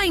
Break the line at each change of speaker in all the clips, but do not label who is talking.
hay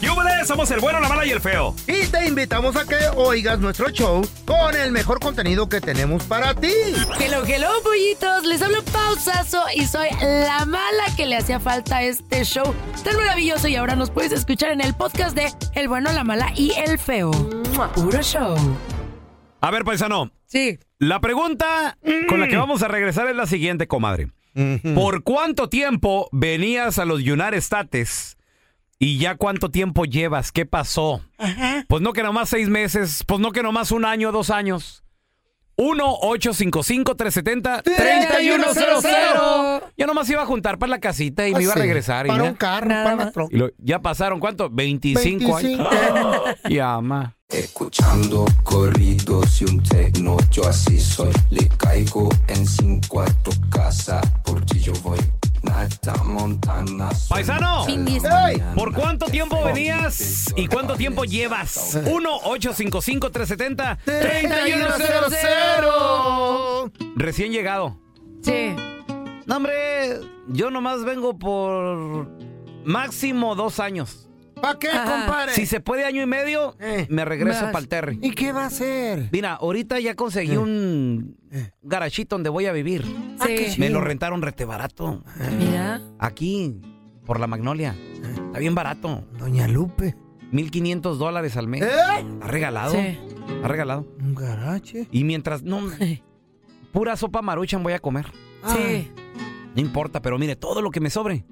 ¡Yúbele! Somos el bueno, la mala y el feo.
Y te invitamos a que oigas nuestro show con el mejor contenido que tenemos para ti.
Hello, hello, pollitos. Les hablo pausazo y soy la mala que le hacía falta a este show tan maravilloso. Y ahora nos puedes escuchar en el podcast de El bueno, la mala y el feo. Puro show.
A ver, paisano.
Sí.
La pregunta con
Mm.
la que vamos a regresar es la siguiente, comadre. ¿Por cuánto tiempo venías a los United States y ya cuánto tiempo llevas? ¿Qué pasó? Pues no que nomás seis meses, pues no que nomás un año, dos años. 1-855-370-3100. Yo nomás iba a juntar para la casita y me iba a regresar. y
Ah, Para
mira.
un carro, para una troca.
Y lo- ya pasaron, ¿cuánto? 25, años. Ya, ma.
Escuchando corridos y un techno, yo así soy. Le caigo en cinco a tu casa, por ti yo voy. Nata Montana. soy
Paisano.
mucha la
Chinguis.
Ey,
mañana.
¿Por cuánto tiempo venías y cuánto tiempo llevas? 1-855-370-3100. Recién llegado.
Sí.
No, hombre, yo nomás vengo por máximo dos años.
¿Para qué,
Ajá.
compadre?
Si se puede año y medio,
Eh,
me regreso
vas.
para el Terry.
¿Y qué va a hacer? Eh.
Mira, ahorita ya conseguí un garachito donde voy a vivir.
Ah,
Sí.
Me lo rentaron rete barato.
Mira.
Aquí, por la Magnolia. Está bien barato.
Doña Lupe.
1.500 dólares al mes.
¿Eh?
¿Ha regalado?
Sí.
¿Ha regalado?
¿Un garache?
Y mientras no, pura sopa maruchan voy a comer.
Sí.
No importa, pero mire, todo lo que me sobre,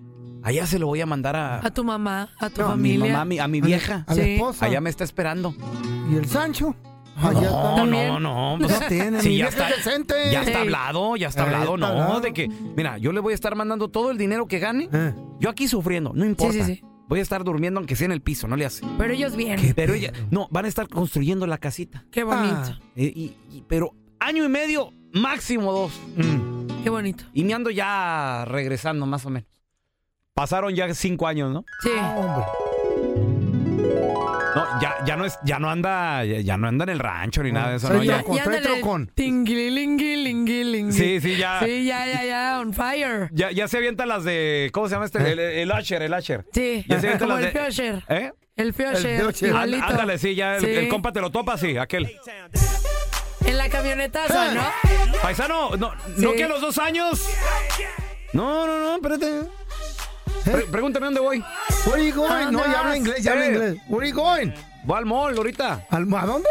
allá se lo voy a mandar a,
A tu mamá, a tu
a mi
familia.
mamá, a mi, a mi vieja.
A la
Sí.
esposa.
Allá me está esperando.
¿Y el Sancho? Allá está.
No,
También.
no, no.
No
pues,
tiene,
sí,
mi
ya
vieja
está.
es decente.
Ya
Sí.
está hablado, ya está
Ya
hablado,
está
no,
hablado.
de que, mira, yo le voy a estar mandando todo el dinero que gane,
Eh.
yo aquí sufriendo, no importa.
sí.
Voy a estar durmiendo aunque sea en el piso, no le hace.
Pero ellos bien.
¿Qué?
Qué,
Pero ella, no, van a estar construyendo la casita.
bonito.
Eh, y- y- pero año y medio, máximo dos.
Qué bonito.
Y me ando ya regresando, más o menos. Pasaron ya cinco años, ¿no?
Sí.
Hombre.
No, ya, ya no es, ya no anda, ya, ya no anda en el rancho ni nada de eso,
Soy
¿no?
yo.
Ya-
trocón, trae
ándale,
trocón.
tinguilingilingilingui.
sí, sí, ya,
Sí, ya, ya, ya. On fire.
ya. Ya se avientan las de. ¿Cómo se llama este? El, el Usher, el Usher.
Sí.
Ya se avientan
Como
las
el
de-
Fiosher.
¿Eh?
El
El
Fiosher.
Fiosher.
Á-
igualito.
Ándale, sí, ya el,
Sí.
el compa te lo topa, sí, aquel.
En la
Ah.
camionetaza, ¿no?
Paisano, no,
Sí.
no que a los dos años. No, no, no, espérate. Pre- pregúntame dónde voy. Ah,
Where are you going? No, ya habla
Andas.
inglés, ya habla
Eh.
inglés. Where are you going?
Voy al mall ahorita.
¿Al, ¿A dónde?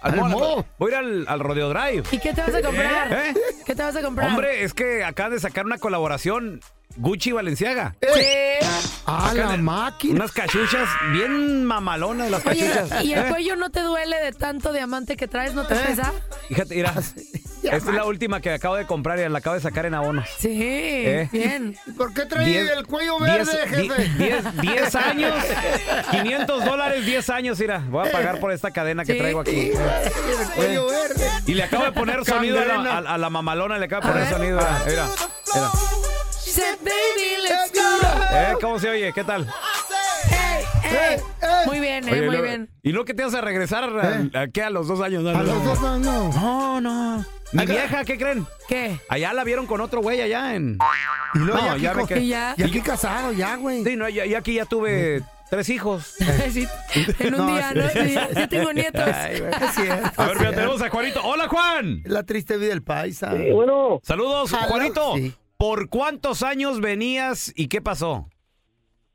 Al mall.
Voy a ir al, al Rodeo Drive.
¿Y qué te vas a comprar?
¿Eh?
¿Qué te vas a comprar?
Hombre, es que acaban de sacar una colaboración Gucci y Valenciaga.
Sí.
A la máquina.
Unas cachuchas bien mamalonas las
Oye,
cachuchas.
¿y el
¿Eh?
cuello no te duele de tanto diamante que traes? ¿No te pesa?
Fíjate, mira. Esta es la última que acabo de comprar y la acabo de sacar en abonos.
Sí.
¿Eh?
Bien.
¿Por qué trae
Diez-
el cuello verde,
diez-
jefe?
di- diez- diez años, 500 dólares, 10 años, mira. Voy a pagar por esta cadena que
Sí.
traigo aquí. Eh.
el cuello verde.
Y le acabo de poner sonido a la,
Cadena.
a- a la mamalona, le acabo
A
de poner
ver.
sonido. Mira, mira. mira.
She said, baby, let's go.
¿Eh? ¿Cómo se oye? ¿Qué tal?
Hey, ¡Eh!
eh.
Muy bien, eh,
Oye,
muy
luego-
bien.
¿Y no que te vas a regresar al- a, qué, a los dos años? No,
A
no,
los dos años.
no. no. Mi vieja, ¿qué creen?
¿Qué?
Allá la vieron con otro güey allá en...
Y luego ya,
No, ya
aquí
me
co-
quedé. Ya.
Y aquí casado ya, güey.
Sí, no, ya- y aquí ya tuve tres hijos.
Sí, en un
No,
día,
sí.
¿no? Sí, ya, ya tengo nietos.
Es cierto,
A ver,
es
mira,
cierto.
tenemos a Juanito. ¡Hola, Juan!
La triste vida del paisa.
Bueno,
Saludos,
Hello.
Juanito.
Sí.
¿Por cuántos años venías y qué pasó?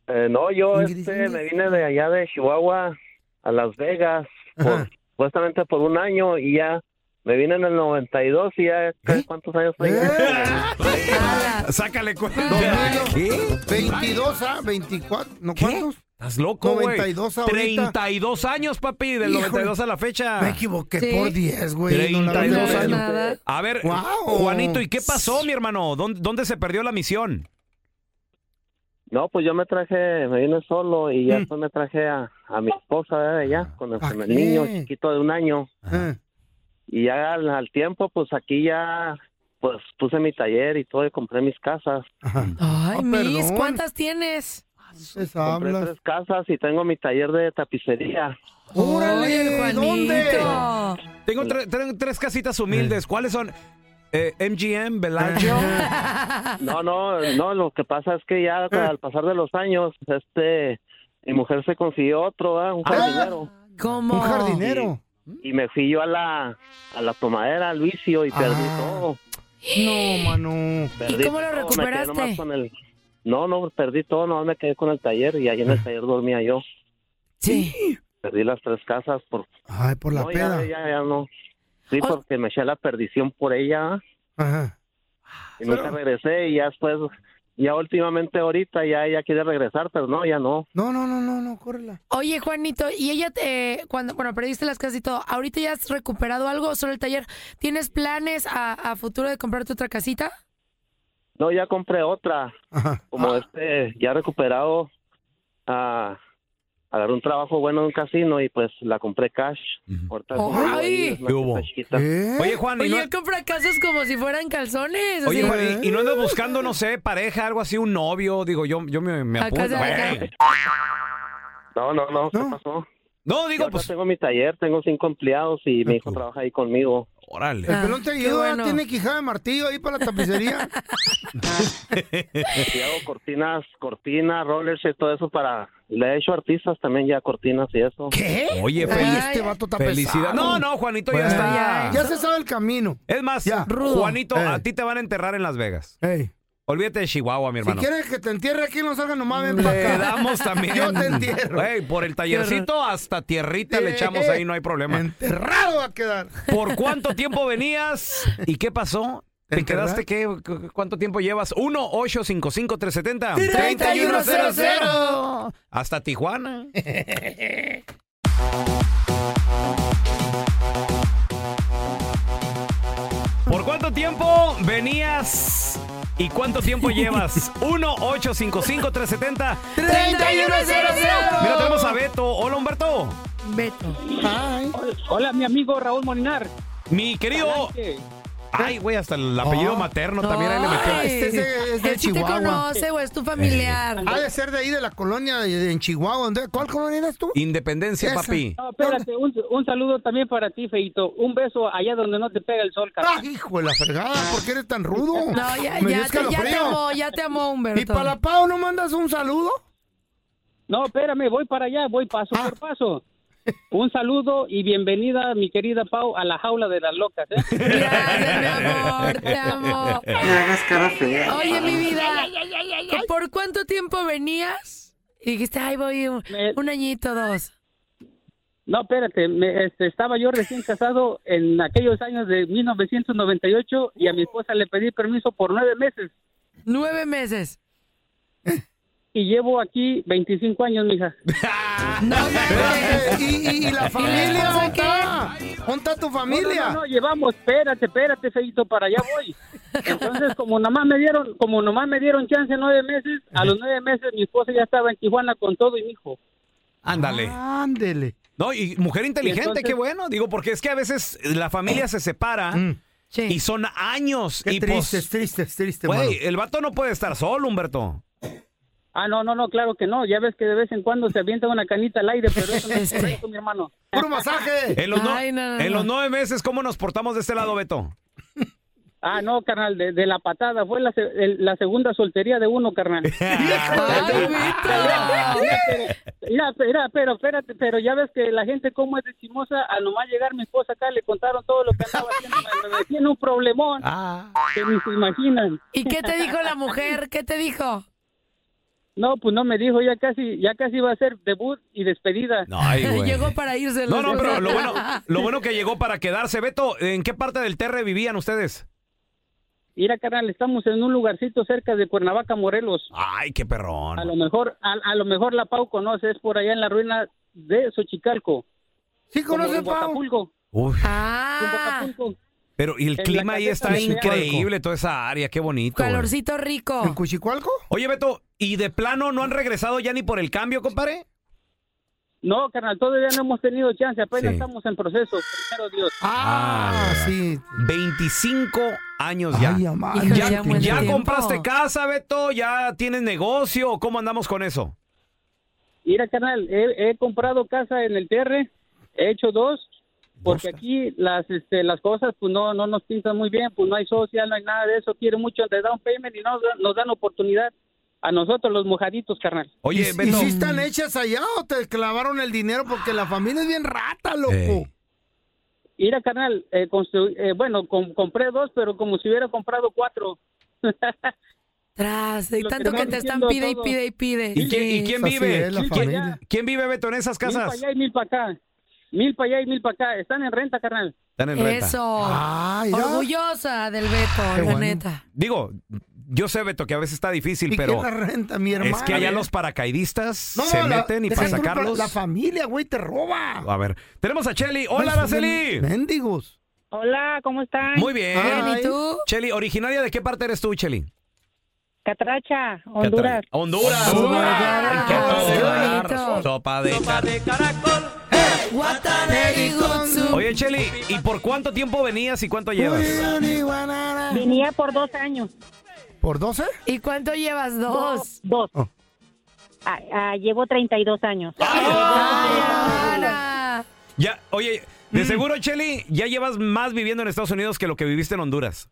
eh, no, yo
Ingrid,
este,
Ingrid.
me vine de allá de Chihuahua a Las Vegas,
Ajá.
por, supuestamente por un año, y ya me vine en el 92 y ya, ¿cuántos años tengo?
¿Eh?
Ala.
Sácale cuenta.
Dos años. 22 a 24. ¿No cuántos?
¿Estás loco, güey?
92 ahorita.
32 años, papi, del
Híjole.
92 a la fecha.
Me equivoqué
Sí.
por 10, güey. No, la
32
verdad.
años.
Nada.
A ver,
Guau.
Juanito, ¿y qué pasó, mi hermano? ¿Dónde, dónde se perdió la misión?
No, pues yo me traje, me vine solo y ya después me traje a, a mi esposa ¿eh? de allá con el,
Mm. Ah, ¿A
con el
qué?
niño chiquito de un año.
Eh.
Y ya al, al tiempo, pues aquí ya, pues puse mi taller y todo y compré mis casas.
Ajá.
Ay,
Ah,
mis,
perdón.
¿cuántas tienes?
Les
Compré
Pues, hablas.
tres casas y tengo mi taller de tapicería.
Oye,
¡Órale! ¿Dónde?
Juanito.
Tengo tre- tre- tres casitas humildes. ¿Cuáles son? Eh, MGM, Bellagio.
Eh.
Ah.
No, no, no, lo que pasa es que ya al pasar de los años, este, mi mujer se consiguió otro, ¿verdad? un
Ah.
jardinero.
¿Cómo?
Un jardinero.
Y me fui yo a la, a la tomadera, al vicio, y perdí
Ah.
todo.
No, mano.
Perdí
cómo lo
todo, me quedé nomás
recuperaste?
con el- no, no, perdí todo, no me quedé con el taller, y allí en el taller dormía yo.
Sí.
Perdí las tres casas por...
Ay, por la
no, ya,
peda.
ya, ya no. Sí,
Oh.
porque me eché la perdición por ella,
Ajá.
y nunca regresé, y ya después... Ya últimamente ahorita ya ella quiere regresar, pero no, ya no.
No, no, no, no, no, córrela.
Oye, Juanito, y ella, te, cuando, bueno, perdiste las casas y todo, ¿ahorita ya has recuperado algo sobre el taller? ¿Tienes planes a, a futuro de comprarte otra casita?
No, ya compré otra.
Ajá. Ah.
como este ya recuperado a agarré un trabajo bueno en un casino y pues la compré cash. Ahorita
Ay.
conmigo ahí es una
¿Qué hubo?
casa chiquita.
¿Eh?
Oye, Juan, y
Oye,
no,
él compra casas como si fueran calzones.
oye,
así.
Juan, y, y no
Eh.
andas buscando, no sé, pareja, algo así, un novio. Digo, yo, yo me, me
Acá
apunto.
se- acá.
Güey.
No, no, no, ¿qué
No.
pasó?
No,
Yo
digo,
ahorita
pues,
tengo mi taller, tengo cinco empleados y mi hijo trabaja ahí conmigo.
órale.
El pelón te
Ah, qué
ayuda,
bueno.
tiene quijada de martillo ahí para la tapicería.
Y hago cortinas, cortinas, rollers y todo eso para... Le he hecho artistas también ya, cortinas y eso.
¿Qué?
Oye,
Oye,
fel-
este vato está
felicidad.
pesado.
No, no, Juanito, Pues ya
Bueno,
está.
ya,
Ya se sabe el camino.
Es más,
Ya.
¿eh? Rudo.
Juanito,
Eh.
a ti te van a enterrar en Las Vegas.
Ey.
Olvídate de Chihuahua, mi
Si
hermano.
quieres que te entierre aquí, no salga nomás, ven para
Te
acá.
damos también.
Yo te entierro.
Ey, por el tallercito hasta tierrita le
Sí.
echamos ahí, no hay problema.
Enterrado va a quedar.
¿Por cuánto tiempo venías? ¿Y qué pasó?
¿Te
¿Te quedaste qué? cu- ¿Cuánto tiempo llevas? 1-855-370.
3100.
Hasta Tijuana. ¿Por cuánto tiempo venías y cuánto tiempo llevas? 1-855-370. Mira, tenemos a Beto. Hola, Humberto.
Beto.
Ah.
Ay.
Hola, mi amigo Raúl Molinar.
Mi querido. Ay, güey, hasta el apellido
Ah.
materno también ahí le metió.
Ay,
Este es de- es de
él sí te
Chihuahua.
conoce o es tu
Eh.
familiar.
Ha de ser de ahí, de la colonia de, de- en Chihuahua. ¿Dónde- ¿Cuál colonia eres tú?
Independencia,
Esa.
papi.
No, espérate, un, un saludo también para ti, Feito. Un beso allá donde no te pega el sol,
Ah,
carnal.
hijo de la fregada, ¿por qué eres tan rudo?
No, ya, ya,
Me dio
te, ya te
escalofrío.
amó, ya te amó, Humberto.
¿Y para la Pau no mandas un saludo?
No, espérame, voy para allá, voy paso
Ah.
por paso. Un saludo y bienvenida, mi querida Pau, a la jaula de las locas. ¿eh?
Gracias, mi amor, te amo. Oye, mi vida, ¿por cuánto tiempo venías? Y dijiste, ay, voy un,
Me-
un añito, dos.
No, espérate, me- este, estaba yo recién casado en aquellos años de 1998 y a mi esposa le pedí permiso por nueve meses.
Nueve meses.
Y llevo aquí 25 años, mija.
No, no,
Espérate, Eh, ¿Y, y- y la familia? ¿Dónde está? ¿Dónde está tu familia?
No, no, no, llevamos, espérate, espérate, feito, para allá voy. Entonces, como nomás me dieron, como nomás me dieron chance nueve meses, a los nueve meses mi esposa ya estaba en Tijuana con todo y mi hijo.
Ándale.
Ándele.
No, y mujer inteligente,
entonces-
qué bueno. Digo, porque es que a veces la familia se separa
Sí.
y son años.
Mm. Qué
y
triste, es
pues,
triste, es triste, mano.
güey, el vato no puede estar solo, Humberto.
Ah, no, no, no, claro que no. Ya ves que de vez en cuando se avienta una canita al aire, pero eso no es correcto, mi hermano.
¡Puro masaje!
En los, no-
Ay, no, no,
en los
no.
nueve meses, ¿cómo nos portamos de este lado, Beto?
Ah, no, carnal, de, de la patada. Fue la, se- el- la segunda soltería de uno, carnal.
¡Ay, Beto!
Mira, pero- Mira, pero, pero, espérate, pero ya ves que la gente como es de chimosa, al nomás llegar mi esposa acá le contaron todo lo que andaba haciendo, me- me metí en un problemón
Ah.
que ni se imaginan.
¿Y qué te dijo la mujer? ¿Qué te dijo?
No, pues no me dijo, ya casi, ya casi iba a ser debut y despedida.
No, ay,
Llegó para irse.
No, no, pero lo bueno,
Ah.
lo bueno que llegó para quedarse. Beto, ¿en qué parte del Terre vivían ustedes?
Mira, carnal, estamos en un lugarcito cerca de Cuernavaca, Morelos.
Ay, qué
A
perrón.
lo mejor, a, a lo mejor la Pau conoce, es por allá en la ruina de Xochicalco.
¿Sí
como
conoce
en
Pau?
Guatapulco,
Uy,
en
Ah,
Guatapulco.
pero y el
En
clima
la
ahí
calle
está
también.
increíble, toda esa área, qué bonito. güey.
calorcito
¿En
rico.
Cuchicualco?
Oye, Beto, ¿y de plano no han regresado ya ni por el cambio, compadre?
No, carnal, todavía no hemos tenido chance, apenas
Sí.
estamos en proceso. Primero Dios.
Ah,
Ah,
sí.
25 años ya.
Ay, amá,
Híjole,
ya-
ya muere.
¿Ya
tiempo.
compraste casa, Beto? ¿Ya tienes negocio? ¿Cómo andamos con eso?
Mira, carnal, he, he comprado casa en el TR, he hecho dos, porque aquí las este, las cosas pues no no nos pintan muy bien, pues no hay social, no hay nada de eso, quiere mucho de down payment y no, nos dan oportunidad a nosotros los mojaditos, carnal.
¿Y,
Oye,
si- y
Beto.
si están hechas allá o te clavaron el dinero? Porque la familia es bien rata, loco.
Ey.
Mira, carnal, eh, constru- eh, bueno, com- compré dos, pero como si hubiera comprado cuatro.
Tras, y
Lo que
tanto que
están
te están
diciendo
pide y
todo.
pide y pide.
¿Y quién, y quién
Así
vive?
es la
¿Quién-
familia.
¿Quién vive, Beto, en esas
Mil para
casas?
allá y mil para acá. Mil para allá y mil para acá. Están en renta, carnal.
Están en renta.
Eso.
Ah, ya.
Orgullosa del Beto, la
bueno.
neta.
Digo, yo sé, Beto, que a veces está difícil,
¿Y
pero
quién la renta, mi hermano? ¿Eh?
es que allá los paracaidistas se
la-
meten y
deja
para
tú la-
sacarlos.
La familia, güey, te roba.
A ver, tenemos a Cheli. Hola,
Ay, son
Araceli.
Mendigos.
Hola, ¿cómo están?
Muy bien.
Ay.
Bien, ¿y tú?
Cheli, ¿originaria de qué parte eres tú, Cheli?
Catracha, Honduras.
Honduras.
Honduras.
Qué
Qué
padre.
bonito.
Sopa de car- Oye, Cheli, ¿y por cuánto tiempo venías y cuánto llevas?
Venía por dos años.
¿Por 12?
¿Y cuánto llevas? Dos.
Dos.
Oh.
Ah, ah, llevo 32 años.
Oh.
Ay, hermana.
Ya, oye,
Mm.
de seguro, Cheli, ya llevas más viviendo en Estados Unidos que lo que viviste en Honduras.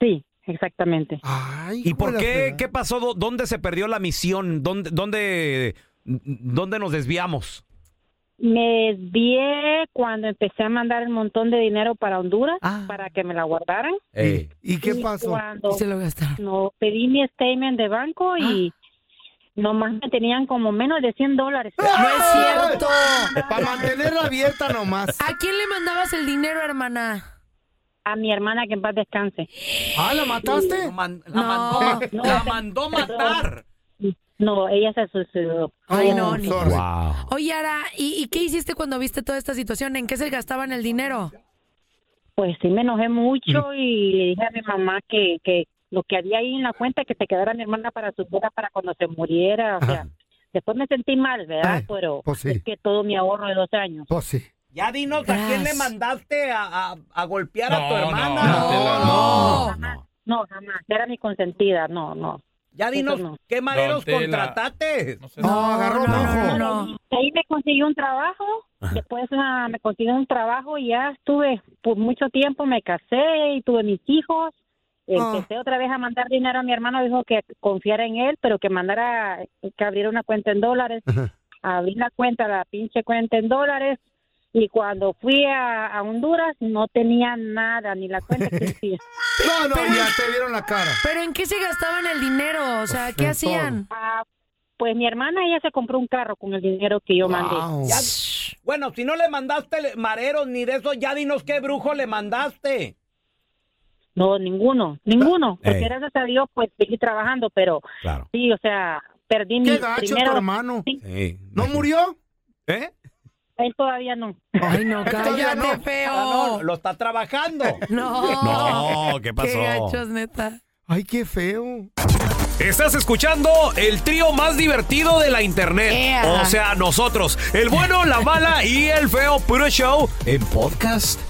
Sí, exactamente.
Ay, hijo
¿Y
de
por
la
qué?
fregada.
¿Qué pasó? ¿Dó- ¿Dónde se perdió la misión? ¿Dónde, dónde, dónde nos desviamos?
Me desvié cuando empecé a mandar un montón de dinero para Honduras para que me la guardaran.
Ey.
Ah. ¿Y qué
Y
pasó?
Cuando
Se lo gastaron.
no, pedí mi statement de banco y
Ah.
nomás me tenían como menos de 100 dólares.
No es cierto.
Para mantenerla abierta nomás.
¿A quién le mandabas el dinero, hermana?
A mi hermana que en paz descanse.
Ah, ¿la mataste?
No.
la mandó matar. No, ella se suicidó.
Ay, no, ni-
sorry.
Wow.
Oye, Ara, ¿y, y qué hiciste cuando viste toda esta situación? ¿En qué se gastaban el dinero?
Pues sí, me enojé mucho y le dije a mi mamá que, que lo que había ahí en la cuenta, que se quedara mi hermana para su boda, para cuando se muriera. O sea, después me sentí mal, ¿verdad?
Ay,
Pero
pues sí.
es que todo mi ahorro de dos años.
Pues sí.
Ya dinos
¿a quién le
mandaste a, golpear
a tu hermana?
No,
No, no.
No, jamás. Era mi consentida. No, no.
Ya
dinos Eso no.
qué
mareros Don Tela.
contrataste.
No sé.
No, agarró
no,
mojo.
no, no, no.
Ahí me consiguió un trabajo. Después ah, me consiguió un trabajo y ya estuve por mucho tiempo. Me casé y tuve mis hijos. Empecé
Ah.
otra vez a mandar dinero a mi hermano. Dijo que confiara en él, pero que mandara, eh, que abriera una cuenta en dólares. abrí la cuenta, la pinche cuenta en dólares. Y cuando fui a, a Honduras no tenía nada, ni la cuenta que existía.
No, no, ya te vieron la cara.
¿Pero en qué se gastaban el dinero? O sea, ¿qué
en
hacían?
Pues, Ah, pues mi hermana, ella se compró un carro con el dinero que yo mandé.
Wow.
Bueno, si no le mandaste mareros ni de eso, ya dinos qué brujo le mandaste.
No, ninguno, ninguno. Porque
Ey.
gracias a Dios, pues seguí trabajando, pero
Claro.
sí, o sea, perdí mi
Qué gacho tu
primero.
hermano.
Sí,
Sí.
¿No murió?
¿Eh?
él todavía no.
Ay, no,
Él todavía
cállate,
no.
Ah,
feo.
lo está trabajando.
No.
No, ¿qué
Qué
pasó?
gachos, neta.
Ay, qué feo.
Estás escuchando el trío más divertido de la internet.
Ea.
O sea, nosotros, el bueno, la mala y el feo, puro show en podcast.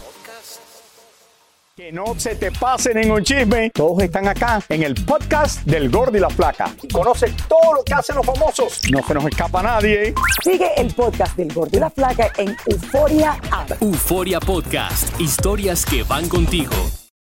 Que no se te pase ningún chisme. Todos están acá en el podcast del Gordi y la Flaca. Y conoce todo lo que hacen los famosos. No se nos escapa nadie. ¿eh?
Sigue el podcast del Gordo y la Flaca en Euforia App.
Euforia Podcast, historias que van contigo.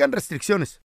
restricciones.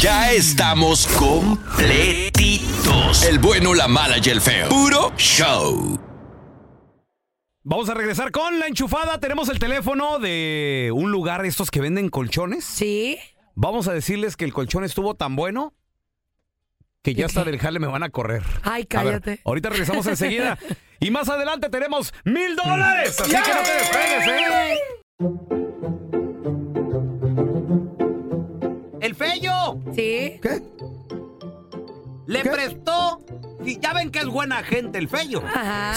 Ya estamos completitos. El bueno, la mala y el feo. Puro show.
Vamos a regresar con la enchufada. Tenemos el teléfono de un lugar estos que venden colchones.
Sí.
Vamos a decirles que el colchón estuvo tan bueno que ya hasta del jale me van a correr.
Ay,
A ver,
cállate.
ahorita regresamos enseguida. Y más adelante tenemos mil dólares. Así que no te despegues, ¿eh?
¡El feyo!
¿Sí?
¿Qué? Le prestó. Y ya ven que es buena gente el feyo.
Ajá.
¿Eh?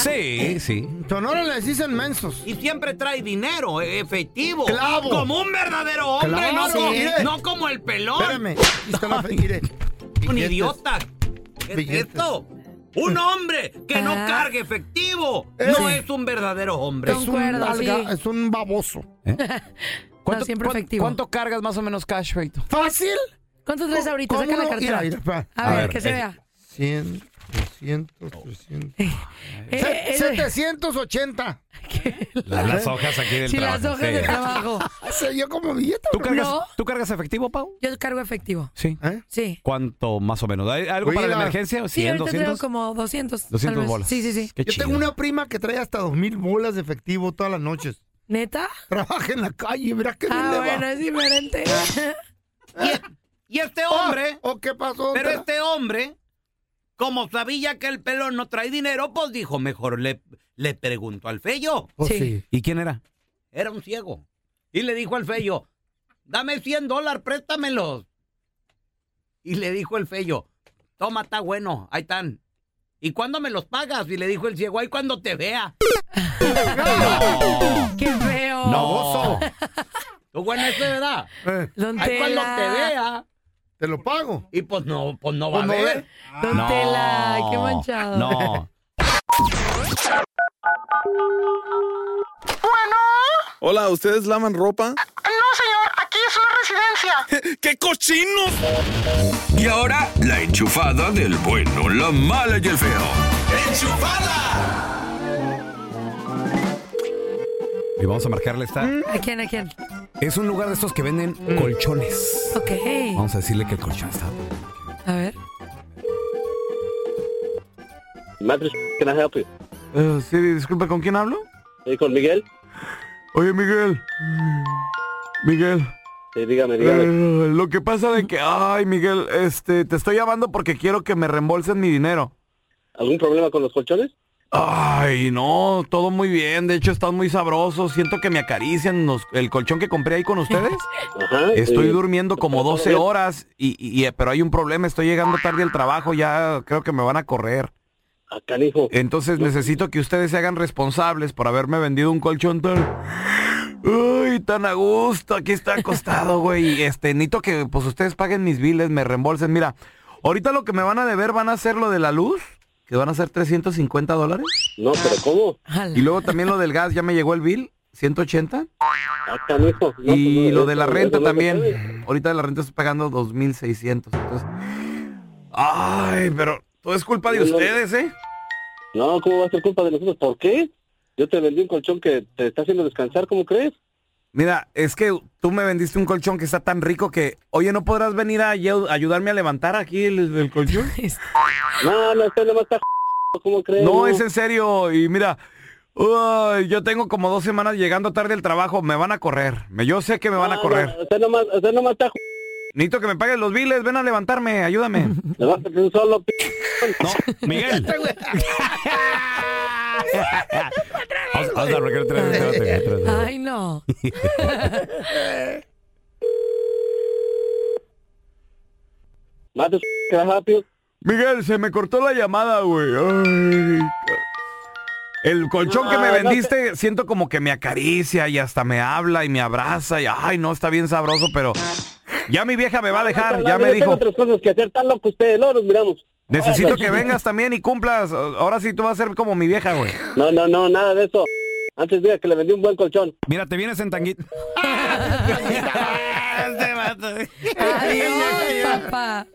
Sí, sí.
Sonora les dicen mensos.
Y siempre trae dinero, eh, efectivo.
Clavo.
Como un verdadero hombre,
Claro,
no,
sí.
como,
Mire.
no como el pelón.
Espérame. Aquí está la fe- mire. Este
Un
Billetes.
idiota. ¿Qué es
Billetes.
esto? Un hombre que no
Ah.
cargue efectivo
Eh.
no es un verdadero hombre. ¿Eh?
Es un, alga- es un baboso.
¿Cuánto, cuán- cuánto cargas más o menos cash, Feito?
¿Fácil?
¿Cuánto traes ahorita? Saca la cartera. A, ver, que se vea.
100, 200, 300.
Eh, eh,
780.
Las hojas aquí del
Sí, las
trabajo,
hojas de
sí.
trabajo.
Se Ah, yo como billete.
¿Tú cargas,
No.
¿Tú cargas efectivo, Pau?
Yo cargo efectivo.
Sí.
¿Eh?
Sí.
¿Cuánto más o menos? ¿Hay ¿Algo
Oye,
para la
la-
emergencia? ¿100,
Sí, ahorita traigo
200?
como 200. tal
200
vez.
bolas.
Sí, sí, sí.
Qué
Yo
chido.
tengo una prima que trae hasta 2000 bolas de efectivo todas las noches.
¿Neta?
Trabaja en la calle, verás qué bien
Ah,
le va.
bueno, es diferente.
Y
Ah,
este hombre,
¿O qué pasó?
pero
Te-
este hombre, como sabía que el pelón no trae dinero, pues dijo, mejor le, le pregunto al feyo.
Pues
Sí.
sí.
¿Y quién era?
Era un ciego. Y le dijo al feyo, dame 100 dólares, préstamelos. Y le dijo el feyo, toma, está bueno, ahí están. ¿Y cuándo me los pagas? Y le dijo el ciego, ahí cuando te vea.
No.
¡Qué feo!
No.
Tú bueno, eso verdad.
Eh,
Don
Ahí cuando
Tela.
te vea.
te lo pago.
Y pues no, pues no va
Pues
a
no
ver.
ve.
Don
No.
Tela, qué manchado.
No.
Hola, ¿ustedes lavan ropa?
No, señor, aquí es una residencia.
¡Qué cochinos!
Y ahora, la enchufada del bueno, la mala y el feo. ¡Enchufada!
Y vamos a marcarle esta.
¿A quién, a quién?
Es un lugar de estos que venden colchones.
Ok.
Vamos a decirle que el colchón está.
A ver.
Mattress, can I help you?
Eh, sí, disculpa, ¿con quién hablo?
Sí, Eh, con Miguel.
Oye, Miguel. Miguel.
Sí, dígame, dígame.
eh, lo que pasa de que, ay, Miguel, este, te estoy llamando porque quiero que me reembolsen mi dinero.
¿Algún problema con los colchones?
Ay, no, todo muy bien. De hecho, están muy sabrosos. Siento que me acarician los- el colchón que compré ahí con ustedes.
Ajá.
Estoy
eh,
durmiendo como
¿todo
12
bien?
horas, y, y- y- pero hay un problema. Estoy llegando tarde al trabajo. Ya creo que me van a correr.
Ah, canijo.
Entonces necesito que ustedes se hagan responsables por haberme vendido un colchón tan,
Uy, tan a gusto. Aquí está acostado, güey. Este, necesito que pues ustedes paguen mis biles, me reembolsen. Mira, ahorita lo que me van a deber van a ser lo de la luz, que van a ser 350 dólares.
No, pero ¿cómo?
Y luego también lo del gas, ya me llegó el bill, 180.
Hasta mijo. Ah, No, pues,
Y
no,
lo de la
eso-
renta
eso no se puede.
también. Ahorita de la renta estoy pagando 2600. Entonces, ay, pero todo es culpa de
No, no.
ustedes, ¿eh?
No, ¿cómo va a ser culpa de nosotros? ¿Por qué? Yo te vendí un colchón que te está haciendo descansar, ¿cómo crees?
Mira, es que tú me vendiste un colchón que está tan rico que, oye, ¿no podrás venir a ayu- ayudarme a levantar aquí el, el colchón?
No, este no, usted nomás está ¿cómo crees?
No, es en serio. Y mira, ay, yo tengo como dos semanas llegando tarde al trabajo. Me van a correr. Me- Yo sé que me van a correr.
Usted nomás, usted nomás este está
Necesito que me paguen los biles. Ven a levantarme. Ayúdame.
Le vas a hacer un solo p...
No, Miguel.
Ay, no.
Más de que la rápido.
Miguel, se me cortó la llamada, güey. Ay, ca- El colchón que me
Ah, No, no te-
vendiste, siento como que me acaricia y hasta me habla y me abraza. Y, ay, no, está bien sabroso, pero ya mi vieja
Ah,
me va a dejar. Ah, Ya me
Yo Tengo
dijo,
otras cosas que hacer, tan loco usted, no nos miramos.
necesito que vengas también y cumplas. Ahora sí tú vas a ser como mi vieja, güey.
No, no, no, nada de eso. Antes diga que le vendí un buen colchón.
Mira, te vienes en tanguita.
Adiós, papá.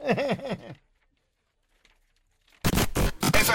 Eso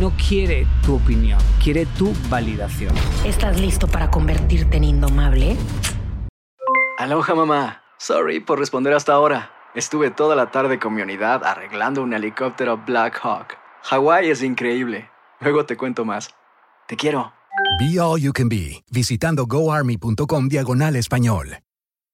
no quiere tu opinión, quiere tu validación.
¿Estás listo para convertirte en indomable?
Aloha mamá. Sorry por responder hasta ahora. Estuve toda la tarde con mi unidad arreglando un helicóptero Black Hawk. Hawái es increíble. Luego te cuento más. Te quiero.
Be All You Can Be, visitando goarmy.com diagonal español.